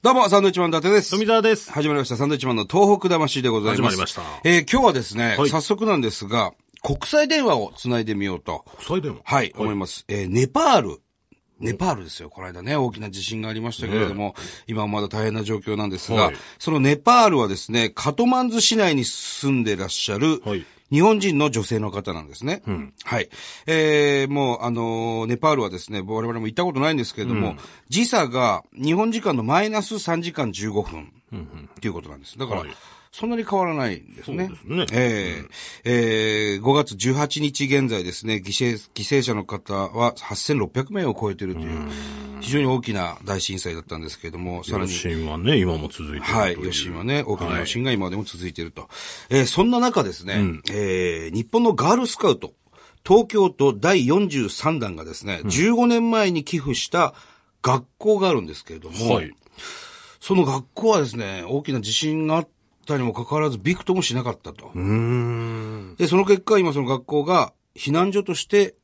どうも、サンドウィッチマン伊達です。富澤です。始まりました。サンドウィッチマンの東北魂でございます。始まりましたえー今日はですね、はい早速なんですが、国際電話を繋いでみようと、国際電話はい、思います。えーネパール。ネパールですよ。この間ね、大きな地震がありましたけれども、今はまだ大変な状況なんですが、はいそのネパールはですね、カトマンズ市内に住んでらっしゃる、はい日本人の女性の方なんですね。はい。えー、もう、あのーネパールはですね、我々も行ったことないんですけれども、時差が日本時間のマイナス3時間15分っていうことなんです。だから、はいそんなに変わらないんですね。そうですねええええ5月18日現在ですね、犠牲、犠牲者の方は8600名を超えているという、非常に大きな大震災だったんですけれども、さら余に、震はね、今も続いてるという。はい、余震はね、大きな余震が今でも続いていると。えーそんな中ですね、えー日本のガールスカウト、東京都第43弾がですね、15年前に寄付した学校があるんですけれども、はい。その学校はですね、大きな地震があったにもかかわらず、びくともしなかったと。うーん。で、その結果、今その学校が避難所として、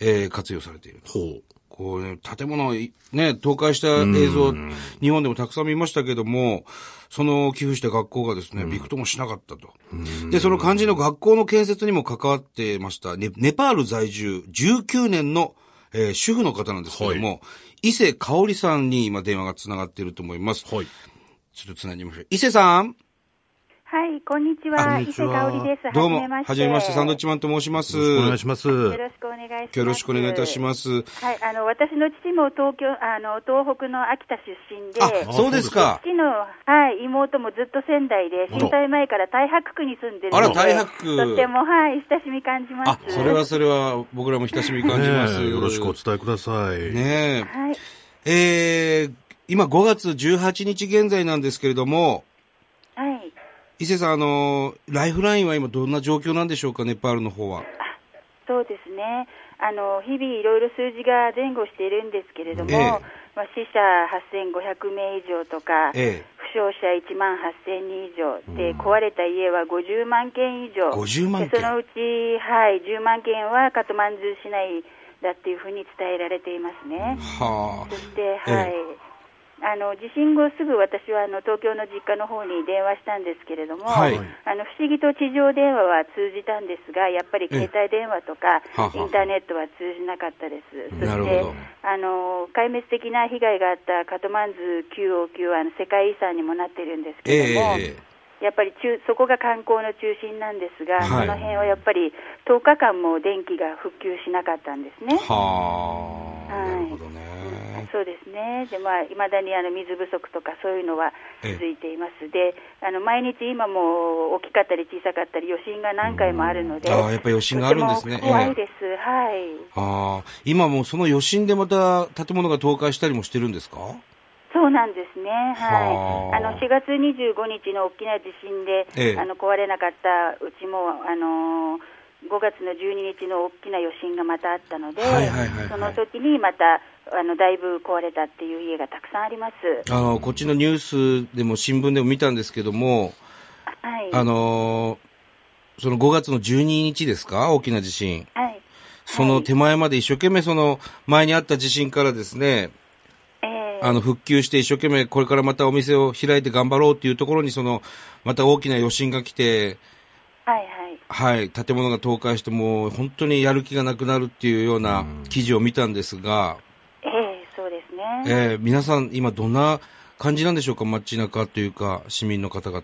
えー活用されていると。ほう。こう、ね、建物をいね、倒壊した映像、日本でもたくさん見ましたけども、その寄付した学校がですね、びくともしなかったと。で、その肝心の学校の建設にも関わってました、ネネパール在住19年の、えー主婦の方なんですけども、伊勢香織さんに今電話が繋がっていると思います。はい。ちょっと繋いでみましょう。伊勢さんはい、こんにちあこは。ん伊にち勢は香織です。どうもはじめま、して。はじめまして、サンドウィッチマンと申します。お願よいします。よろしくお願いします。ろしくお願いいたしす。ます。はい、あの、私の父も東京、あの、東北の秋田出身で、あ、そうですか。父の、はい、妹もずっと仙台で、震災前から太白区に住んでるので、あら太白区とっても、はい、親しみ感じますあ。、それはそれは、僕らも親しみ感じます。ねえよろしくお伝えください。ねはい。え。えー、今5月18日現在なんですけれども、はい。伊勢さん、あのー、ライフラインは今どんな状況なんでしょうか、ネパールの方は。そうですね。あの日々いろいろ数字が前後しているんですけれども、ええまあ、死者8500名以上とか、ええ負傷者1万8000人以上で、壊れた家は50万件以上50万件でそのうち、はい、10万件はカトマンズ市内だっていうふうに伝えられていますね。はそして、ええはい、あの地震後すぐ私はあの東京の実家の方に電話したんですけれども、はいあの不思議と地上電話は通じたんですが、やっぱり携帯電話とかえはあはあインターネットは通じなかったです。そなるしほてどあの壊滅的な被害があったカトマンズ909はあの世界遺産にもなっているんですあ。えけれども。えやっぱり中そこが観光の中心なんですが、はいその辺はやっぱり10日間も電気が復旧しなかったんですね。はあ。はいなるほどね。そうですね、でまあ、いまだにあの水不足とかそういうのはええ続いています、であの毎日、今も大きかったり小さかったり、余震が何回もあるので、ああ、やっぱり余震があるんですね。とても怖いええです、はい、ああ。今もうその余震でまた建物が倒壊したりもしてるんですかそうなんですね、ははあい、あの4月25日の大きな地震で、ええあの壊れなかったうちも、あのー5月の12日の大きな余震がまたあったので、はいはいはいはいその時にまたあのだいぶ壊れたっていう家がたくさんあります。あの、こっちのニュースでも新聞でも見たんですけども、はい、あのーその5月の12日ですか大きな地震。はいその手前まで一生懸命その前にあった地震からですね、ええあの復旧して一生懸命これからまたお店を開いて頑張ろうっていうところにその、また大きな余震が来て、はいはい。はい、建物が倒壊してもう本当にやる気がなくなるっていうような記事を見たんですが、ええそうですね。えー皆さん今どんな感じなんでしょうか街中というか市民の方々。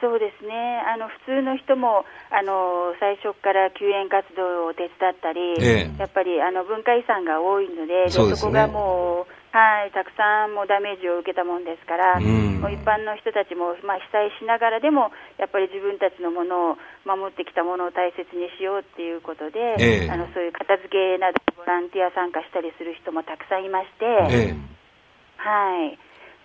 そうですね。あの、普通の人も、あの、最初から救援活動を手伝ったり、ええやっぱり、あの、文化遺産が多いので、そうですねこがもう、はい、たくさんもうダメージを受けたもんですから、んもう一般の人たちも、まあ、被災しながらでも、やっぱり自分たちのものを、守ってきたものを大切にしようっていうことで、ええあの、そういう片付けなど、ボランティア参加したりする人もたくさんいまして、えはい。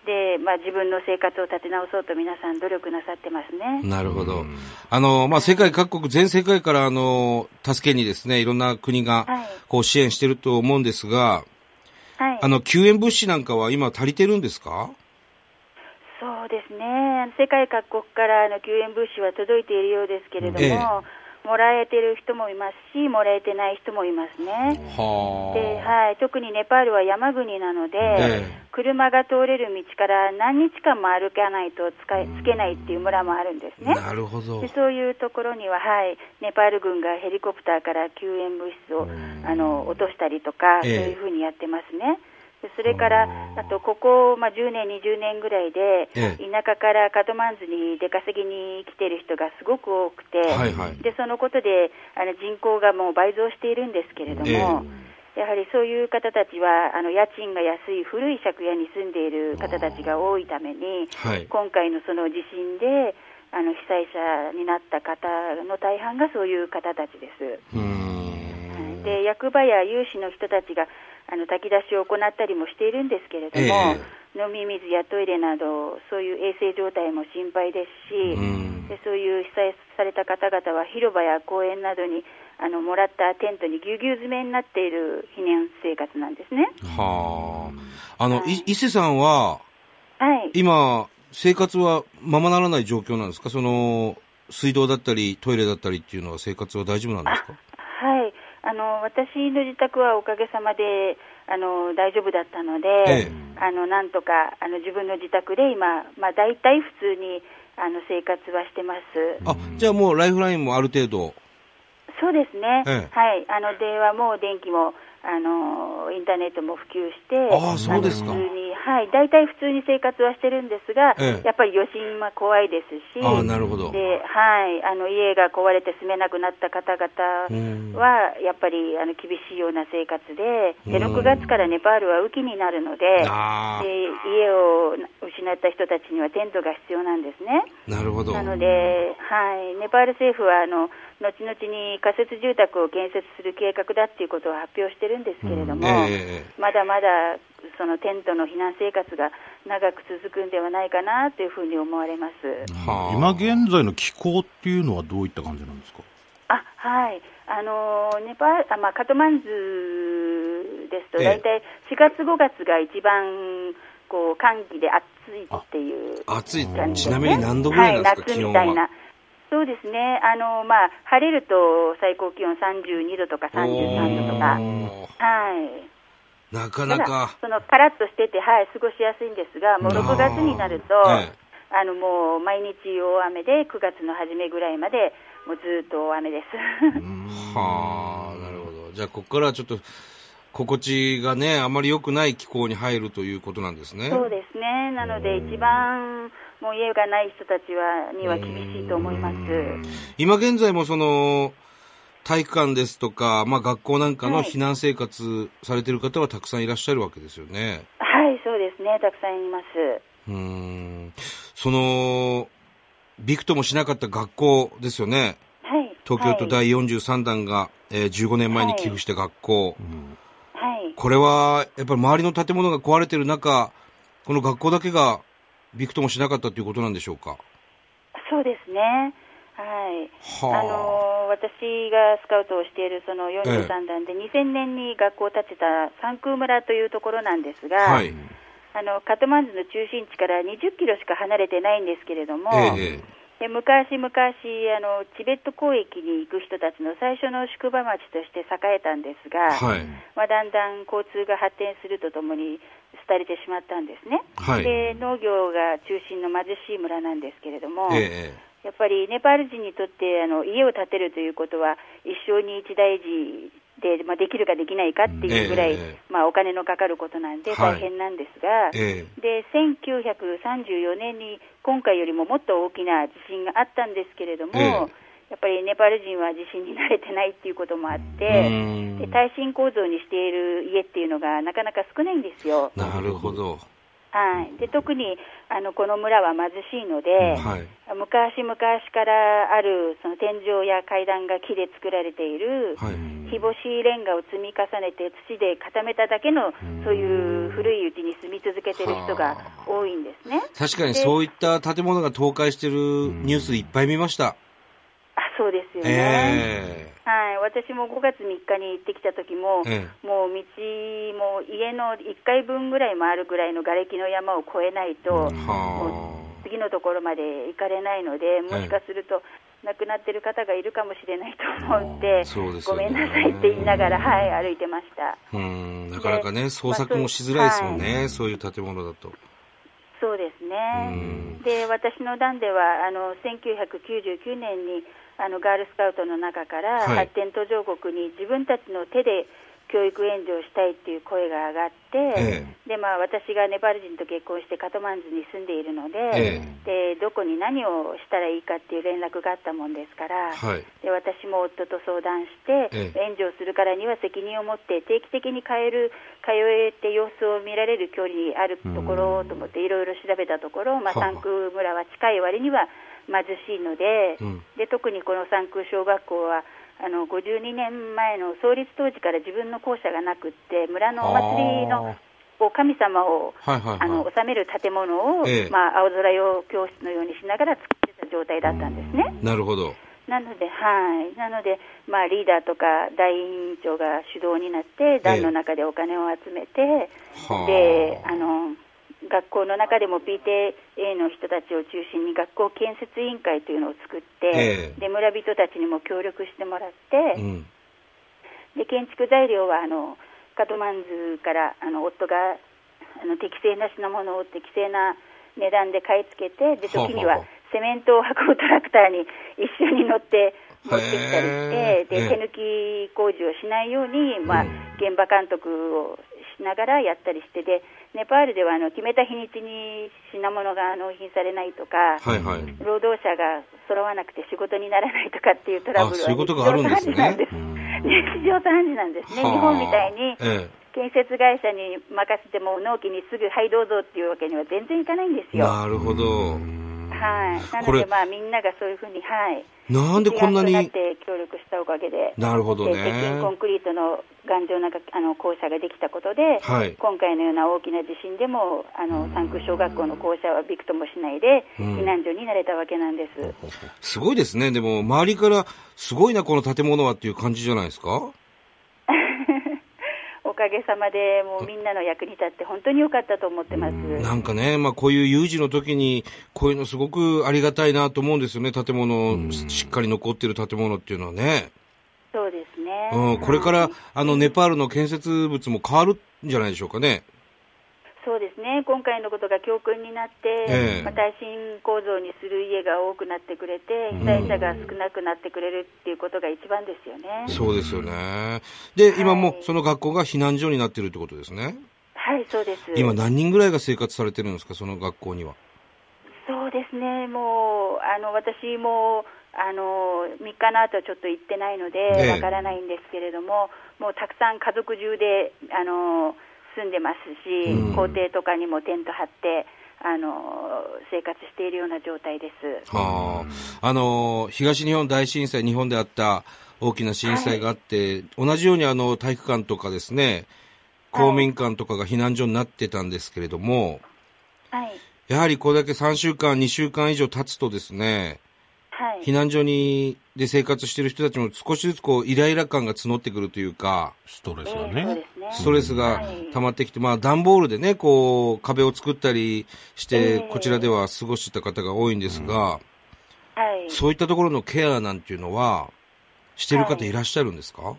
で、まあ、自分の生活を立て直そうと皆さん努力なさってますえね。なるほど。あの、まあ、世界各国、全世界からあの、助けにですね、いろんな国がはいこう支援してると思うんですが、はいあ。の、救援物資なんかは今足りてるんですかそうですね。世界各国からあの救援物資は届いているようですけれども、ええもらえてる人もいますし、もらえてない人もいますね。はではい、特にネパールは山国なので、ええ車が通れる道から何日間も歩かないとつかつけないっていう村もあるんですね。なるほどで。そういうところには、はい、ネパール軍がヘリコプターから救援物質をあの落としたりとか、ええそういうふうにやってますね。でそれから、あとここ、まあ、10年、20年ぐらいええで、田舎からカトマンズに出稼ぎに来てる人がすごく多くて、はいはいでそのことであの人口がもう倍増しているんですけれども、ええやはりそういう方たちはあの家賃が安い古い借家に住んでいる方たちが多いために、はい。今回のその地震であの被災者になった方の大半がそういう方たちです。うーん。で役場や有志の人たちがあの炊き出しを行ったりもしているんですけれども、え飲み水やトイレなど、そういう衛生状態も心配ですし、うんでそういう被災された方々は広場や公園などにあのもらったテントにぎゅうぎゅう詰めになっている避難生活なんですね。はあ。あの、い伊勢さんは、はい、今、生活はままならない状況なんですかその、水道だったり、トイレだったりっていうのは生活は大丈夫なんですかはい、あの私の自宅はおかげさまであの大丈夫だったので、ええあのなんとかあの自分の自宅で今、まあ、大体普通にあの生活はしてます。あ、じゃあもうライフラインもある程度。そうですね、ええはい、あの電話も電気もあのインターネットも普及して、ああそうですかあの普通に、はい、大体普通に生活はしてるんですが、ええやっぱり余震は怖いですし、ああ、なるほど。ではい、あの家が壊れて住めなくなった方々は、やっぱりあの厳しいような生活で、で6月からネパールは雨季になるので、であ家を失った人たちにはテントが必要なんですね。あ、なるほど。なので、はい、ネパール政府はあの後々に仮設住宅を建設する計画だっていうことを発表してるんですけれども、ええまだまだそのテントの避難生活が長く続くんではないかなというふうに思われます。はあ今現在の気候っていうのはどういった感じなんですかあはいあのーネパールあ、まあ、カトマンズですと、ええ大体4月、5月が一番こう寒気で暑いっていう暑い感。じですちなねみに何度ぐらいなんですか、は気い、夏温みたいはな。。そうですね、あのまあ、晴れると最高気温32度とか33度とか、おーはい、なかなただか。そのカラッとしてて、はい、過ごしやすいんですが、もう6月になると、あーええあのもう毎日大雨で、9月の初めぐらいまで、もうずっと大雨です。はあ、なるほど。じゃあ、ここからはちょっと、心地がね、あまり良くない気候に入るということなんですね。そうですね、なので、一番もう家がない人たちはには厳しいと思います。今現在もその、体育館ですとか、まあ学校なんかの避難生活されてる方はたくさんいらっしゃるわけですよね。はい、そうですね、たくさんいます。うーん。その、びくともしなかった学校ですよね。はい、東京都は第い、43弾が、えー15年前に寄付した学校。はいこれは、やっぱり周りの建物が壊れてる中、この学校だけがびくともしなかったということなんでしょうか。そうですね。はい。はああのー私がスカウトをしているその43段で2000年に学校を建てた三空村というところなんですが、はい。あのカトマンズの中心地から20キロしか離れてないんですけれども、ええで昔々あのチベット交易に行く人たちの最初の宿場町として栄えたんですが、はい。まあ、だんだん交通が発展するとともに廃れてしまったんですね、はいで農業が中心の貧しい村なんですけれども、ええやっぱりネパール人にとってあの家を建てるということは一生に一大事で、まあ、できるかできないかっていうぐらい、ええまあ、お金のかかることなんではい大変なんですが、ええで1934年に今回よりももっと大きな地震があったんですけれども、ええやっぱりネパール人は地震に慣れてないっていうこともあうって。ーでん耐震構造にしている家っていうのがなかなか少ないんですよ。なるほど。はい、で特にあのこの村は貧しいので、はい。昔々からあるその天井や階段が木で作られている、はい。日干しレンガを積み重ねて土で固めただけのそういう古いうちに住み続けてる人が多いんですね。確かにそういった建物が倒壊してるニュースいっぱい見ました。あそうですよね、えはい、私も5月3日に行ってきた時も、えもう道も家の1階分ぐらいもあるぐらいの瓦礫の山を越えないと、えもうは次のところまで行かれないので、もしかすると、亡くなってる方がいるかもしれないと思って、そうですごよねめんなさいって言いながら、はい、歩いてました。うん、なかなかね、捜索もしづらいですもんね、そういう建物だと。そうですね。で、私の団では、あの、1999年に、あの、ガールスカウトの中から、はい発展途上国に自分たちの手で教育援助をしたいっていう声が上がって、えで、まあ、私がネパール人と結婚してカトマンズに住んでいるので、えで、どこに何をしたらいいかっていう連絡があったもんですから、はい。で私も夫と相談して、ええ援助をするからには責任を持って定期的に通える通えて様子を見られる距離にあるところと思っていろいろ調べたところ、まあ、はは三空村は近い割には貧しいので,、うんで特にこの三空小学校はあの52年前の創立当時から自分の校舎がなくって村のお祭りのお神様をはいはいはいあの納める建物を、ええまあ、青空用教室のようにしながら作ってた状態だったんですね。なるほど。なので、はい、なので、まあ、リーダーとか大委員長が主導になって、団の中でお金を集めて、はあであの学校の中でも PTA の人たちを中心に学校建設委員会というのを作ってえ、えで村人たちにも協力してもらって、うん。で建築材料はあのカトマンズからあの夫があの適正な品物を適正な値段で買い付けてではあはあ時にはセメントを運ぶトラクターに一緒に乗って持ってきたりへえしてで手え抜き工事をしないように、まあ、現場監督をしながらやったりしてでネパールではあの決めた日にちに品物が納品されないとか。はいはい。労働者が揃わなくて仕事にならないとかっていうトラあブルはそういうことがあるんですね日常茶飯事なんです日常茶飯事なんですね、はあ日本みたいにえ建設会社に任せても納期にすぐ、はい、どうぞっていうわけには全然いかないんですえ。よ。なはい、るほど。なこのれで、まあ、みんながそういうふうに、はい、なんでこんな一丸にと、なって協力したおかげで、なるほどで鉄筋ねコ。ンクリートの頑丈ながあの校舎ができたことで、はい今回のような大きな地震でも、あの三空小学校の校舎はびくともしないで、避難所になれたわけなんです。すごいですね。でも、周りから、すごいな、この建物はっていう感じじゃないですか おかげさまで、もうみんなの役に立って、本当に良かったと思ってます。なんかね、まあこういう有事の時に、こういうのすごくありがたいなと思うんですよね。建物、しっかり残ってる建物っていうのはね。そうですね。うん、これかはらい、あの、ネパールの建設物も変わるんじゃないでしょうかね。そうですね。今回のことが教訓になって、ええまあ、耐震構造にする家が多くなってくれて、被災者が少なくなってくれるっていうことが一番ですよね。そうですよね。で、今もその学校が避難所になってるってことですね。はい、そうです。今何人ぐらいが生活されてるんですか、その学校には。そうですね。もう、あの、私も、あの、3日の後はちょっと行ってないのええで、わからないんですけれども、もうたくさん家族中で、あの、住んでますし、うん校庭とかにもテント張って、あの、生活しているような状態です。はあ、あの、東日本大震災、日本であった大きな震災があって、同じようにあの、体育館とかですね、公民館とかが避難所になってたんですけれども、はい。やはりこれだけ3週間、2週間以上経つとですね、はい。避難所に、で生活してる人たちも少しずつこう、イライラ感が募ってくるというか、ストレスええがそうねで。すね。ストレスが溜まってきて、まあ段ボールでね、こう、壁を作ったりして、ええこちらでは過ごしてた方が多いんですが、はい、そそういったところのケアなんていうのは、してる方いらっしゃるんですか、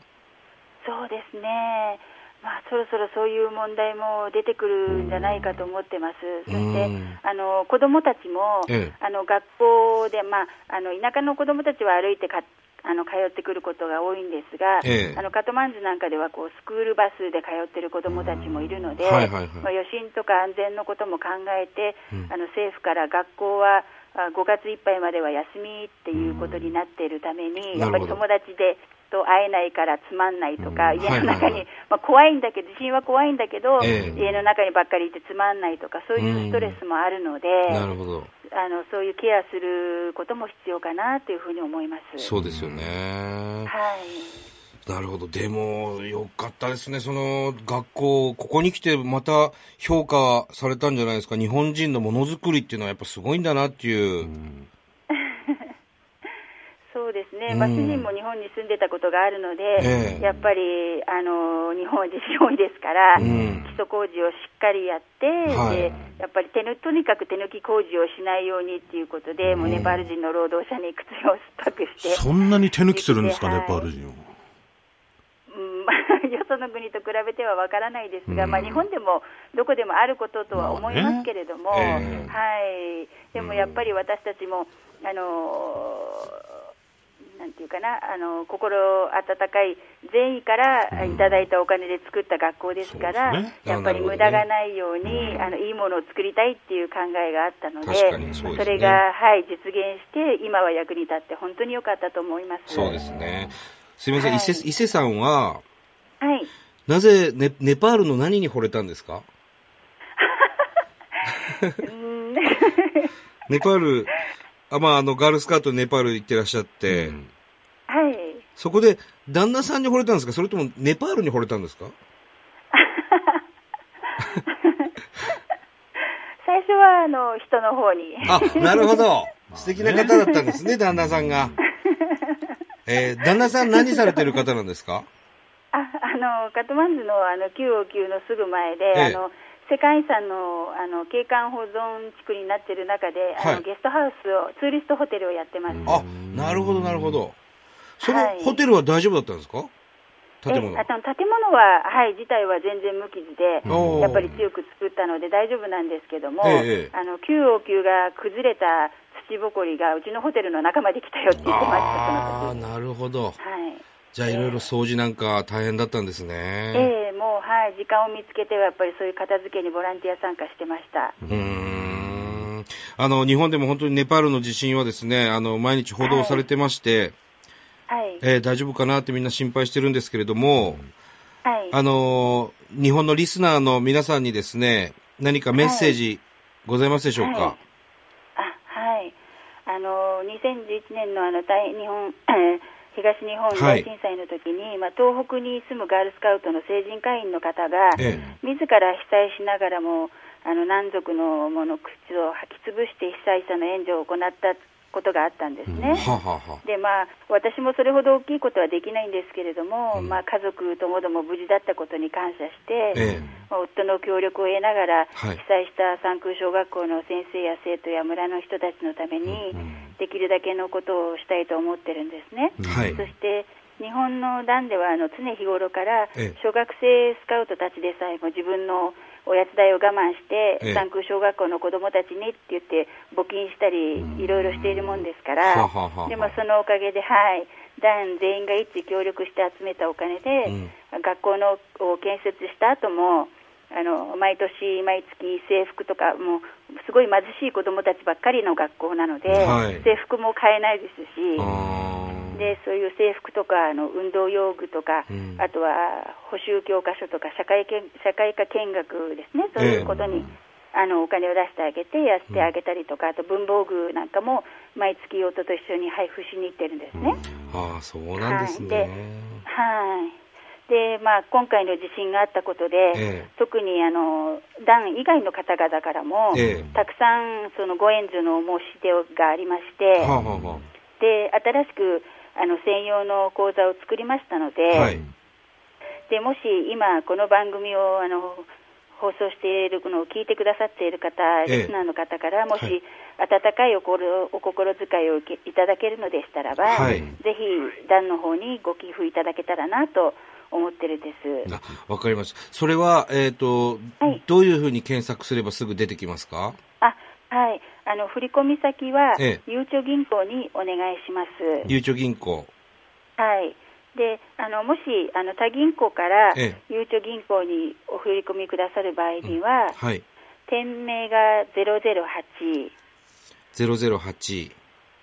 うですね、まあ、そろそろそういう問題も出てくるんじゃないかと思ってます、そしてうんあの子どもたちも、ええあの学校で、まあ、あの田舎の子どもたちは歩いてかあの通ってくることが多いんですが、ええあのカトマンズなんかではこうスクールバスで通ってる子どもたちもいるので、うんはいはいはいまあ、余震とか安全のことも考えて、あの政府から学校はあ5月いっぱいまでは休みっていうことになっているために、うんやっぱりなるほ友達でと会えないからつまんないとか、うん家のは中いはいはにい、まあ、怖いんだけど、地震は怖いんだけど、ええ家の中にばっかりいてつまんないとか、そういうストレスもあるので、なるほど。あのそういうケアすることも必要かなというふうに思います。そうですよね。はい、なるほど。でも、よかったですね。その、学校、ここに来てまた評価されたんじゃないですか。日本人のものづくりっていうのはやっぱすごいんだなっていう。そうですね、まあ、主人も日本に住んでたことがあるので、ええやっぱりあの日本は地震多いですから、ん基礎工事をしっかりやって、はいでやっぱり手ぬとにかく手抜き工事をしないようにっていうことで、もうネパール人の労働者に靴を 酸っぱくして、そんなに手抜きするんですか、はいネパール人は。うん まあ、よその国と比べてはわからないですが、まあ、日本でもどこでもあることとは思いますけれども、まあねええはい、でもやっぱり私たちも、あのーなんていうかな、あの心温かい善意からいただいたお金で作った学校ですから、そうですねやっぱり無駄がないように、あのいいものを作りたいっていう考えがあったので、確かにそうですねそれが、はい、実現して、今は役に立って、本当に良かったと思います。そうですね。すみません、はい伊勢伊勢さんは、はいなぜネネパールの何に惚れたんですかネパール、あまあ、あの、ガールスカートでネパール行ってらっしゃって、うんはいそこで旦那さんに惚れたんですかそれともネパールに惚れたんですか最初はあの人の方に、あ、なるほど。素敵な方だったんですね、旦那さんが。えー旦那さん何されてる方なんですかああのカトマンズのあの959のすぐ前で、ええあの世界遺産のあの景観保存地区になっている中で、あはいのゲストハウスを、ツーリストホテルをやってます。あ、なるほど、なるほど。そのはいホテルは大丈夫だったんですか建物。えあの建物は、はい、自体は全然無傷で、おーやっぱり強く作ったので大丈夫なんですけども、ええあの959が崩れた土ぼこりがうちのホテルの中まで来たよって言ってました、ああ、その時。なるほど。はいじゃあ、いろいろ掃除なんか大変だったんですね。ええもう、はい、時間を見つけては、やっぱりそういう片付けにボランティア参加してました。うーん。あの、日本でも本当にネパールの地震はですね、あの、毎日報道されてまして、はい、えー大丈夫かなってみんな心配してるんですけれども、はい、あのー日本のリスナーの皆さんにですね、何かメッセージございますでしょうか、はいあはい、あの2011年のあの大日本東日本大震災の時に、まあ、東北に住むガールスカウトの成人会員の方が、え自ら被災しながらもあの南族のもの口を履き潰して被災者の援助を行ったことがあったんですね。はあ、はあはあでまあ、私もそれほど大きいことはできないんですけれども、まあ、家族ともども無事だったことに感謝して、ええまあ夫の協力を得ながら、はい被災した三空小学校の先生や生徒や村の人たちのために、できるだけのことをしたいと思ってるんですね。はいそして日本の団ではあの常日頃からええ小学生スカウトたちでさえも自分のおやつ代を我慢して、ええ三空小学校の子どもたちにって言って募金したりいろいろしているもんですからはあはあはあでもそのおかげで、はい、団全員が一致協力して集めたお金で、学校のを建設した後もあの毎年、毎月制服とかもうすごい貧しい子どもたちばっかりの学校なので、はい制服も買えないですし。あーでそういう制服とかあの運動用具とか、んあとは補修教科書とか社会けん社会科見学ですね、そういうことに、あのお金を出してあげて、やってあげたりとか、あと文房具なんかも毎月、夫と一緒に配布しに行ってるんですね。あー、そうなんですね。はいはいでまあ、今回の地震があったことで、ええ特にあの団以外の方々からも、ええたくさんそのご援助の申し出がありまして、はあ、はあはで新しくあの専用の講座を作りましたのあで,、はい。でもし今、この番組をあの放送しているのを聞いてくださっている方、ええリスナーの方から、もし、はい温かいお心お心遣いを受けいただけるのでしたらば、はいぜひ、団の方にご寄付いただけたらなと思ってるんです。あわかりました。それは、えっ、と、はいどういうふうに検索すればすぐ出てきますかあはい、あの振込先は、ええゆうちょ銀行にお願いします。ゆうちょ銀行。はい、であのもしあの他銀行からえゆうちょ銀行にお振り込みくださる場合には、はい。店名が008、 008。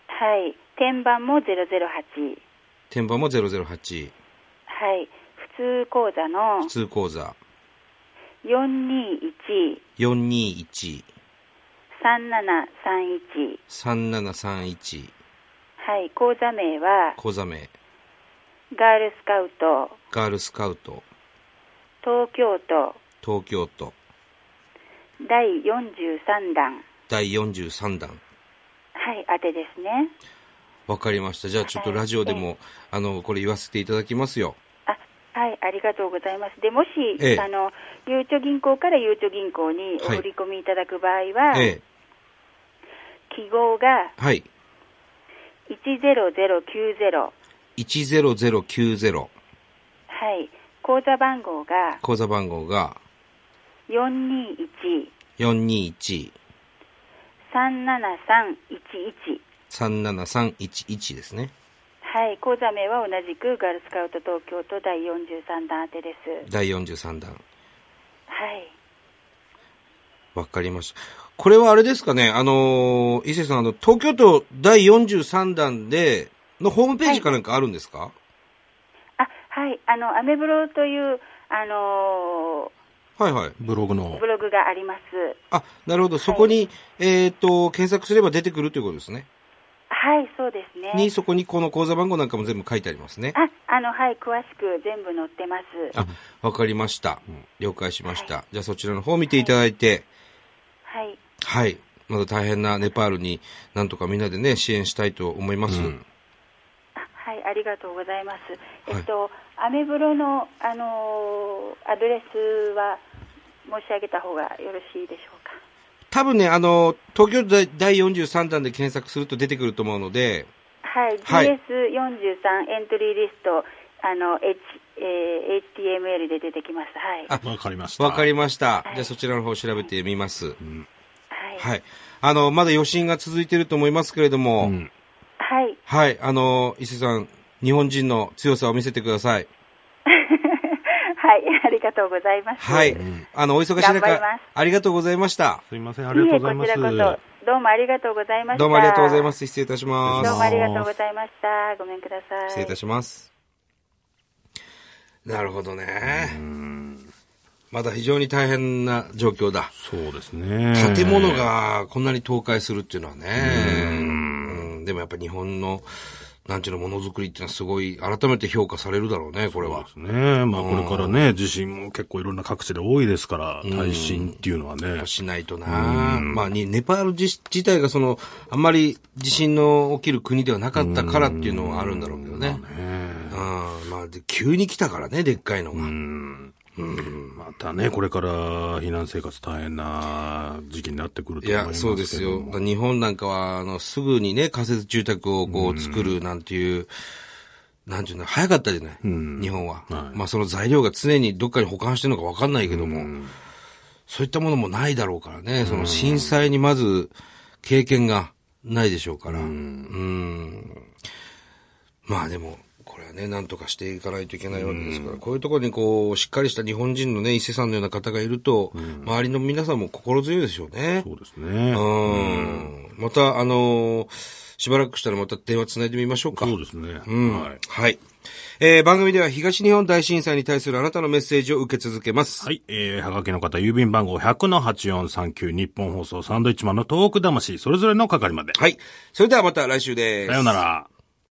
はい、店番も008、天板も008。はい、普通口座の普通口座。 421、 421。 3731、 3731。はい、口座名は口座名。ガールスカウトガールスカウト。東京都東京都。第43弾、第43弾。はい、宛てですね。わかりました。じゃあちょっとラジオでも、あの、これ言わせていただきますよ。あはい、ありがとうございます。でもし、ええあのゆうちょ銀行からゆうちょ銀行におはい振り込みいただく場合は、ええ。記号がはい。 10090、 10090。はい、口座番号が口座番号が421。37311 421-37311ですね。はい口座名は同じくガールスカウト東京都第43弾宛てです第43弾。はいわかりました。これはあれですかね、あのー伊勢さん、あの、東京都第43弾で、のホームページかなんかあるんですか、あはいあのアメブロというあのはい、はいはいブログーのブ。ログがありますあ、なるほど。そこに、えっ、と、検索すれば出てくるということですね。はいそうですねに、そこにこの口座番号なんかも全部書いてありますね。ああのはい詳しく全部載ってますあ、わかりました。了解しました。じゃあそちらの方を見ていただいて、はいはい。まだ大変なネパールになんとかみんなでね、支援したいと思います。あはいありがとうございますえっと、アメブロのあのーアドレスは申し上げた方がよろしいでしょうか多分ね、あの、東京都第第43弾で検索すると出てくると思うので、はい、はい GS43 エントリーリスト、あの H えー HTML で出てきます。はい。あわかりました。わかりました。いじゃあそちらの方を調べてみます。はい。はい。あの、まだ余震が続いていると思いますけれども、うん。はい、 はい。あの、伊勢さん、日本人の強さを見せてください。はい、ありがとうございます。はい。いあの、お忙しい頑張り中ます、ありがとうございました。すいません、ありがとうごえ、こざいまちす。らこそ、どうもありがとうございました。。どうもありがとうございますす。失礼いたしまどうすも。ありがとうございました。ごめんください。失礼いたします。なるほどね。まだ非常に大変な状況だ。そうですね。建物がこんなに倒壊するっていうのはね。うんでもやっぱ日本の、なんちゅうのものづくりっていうのはすごい、改めて評価されるだろうね、これは。ねまあこれからね、地震も結構いろんな各地で多いですから、耐震っていうのはね。しないとな。まあに、ネパール自自体がその、あんまり地震の起きる国ではなかったからっていうのはあるんだろうけどね。うん。まあ、で急に来たからね、でっかいのが。またね、これから避難生活大変な時期になってくるとい思いますや、そけどもうですよ。だから日本なんかは、あの、すぐにね、仮設住宅をこう作るなんていう、なんていうの、早かったじゃない、日本は。まあその材料が常にどっかに保管してるのかわかんないけども、そういったものもないだろうからね、その震災にまず経験がないでしょうから。うんまあでも、これはね、なんとかしていかないといけないわけですから、こういうところにこう、しっかりした日本人のね、伊勢さんのような方がいると、周りの皆さんも心強いでしょうね。そうですね。うんまた、あのーしばらくしたらまた電話つないでみましょうか。そうですね。うんはい。はい。えー、番組では東日本大震災に対するあなたのメッセージを受け続けます。はい。えー、はがきの方、郵便番号100-8439、日本放送サンドイッチマンのトーク魂、それぞれの係まで。はい。それではまた来週です。さような。ら。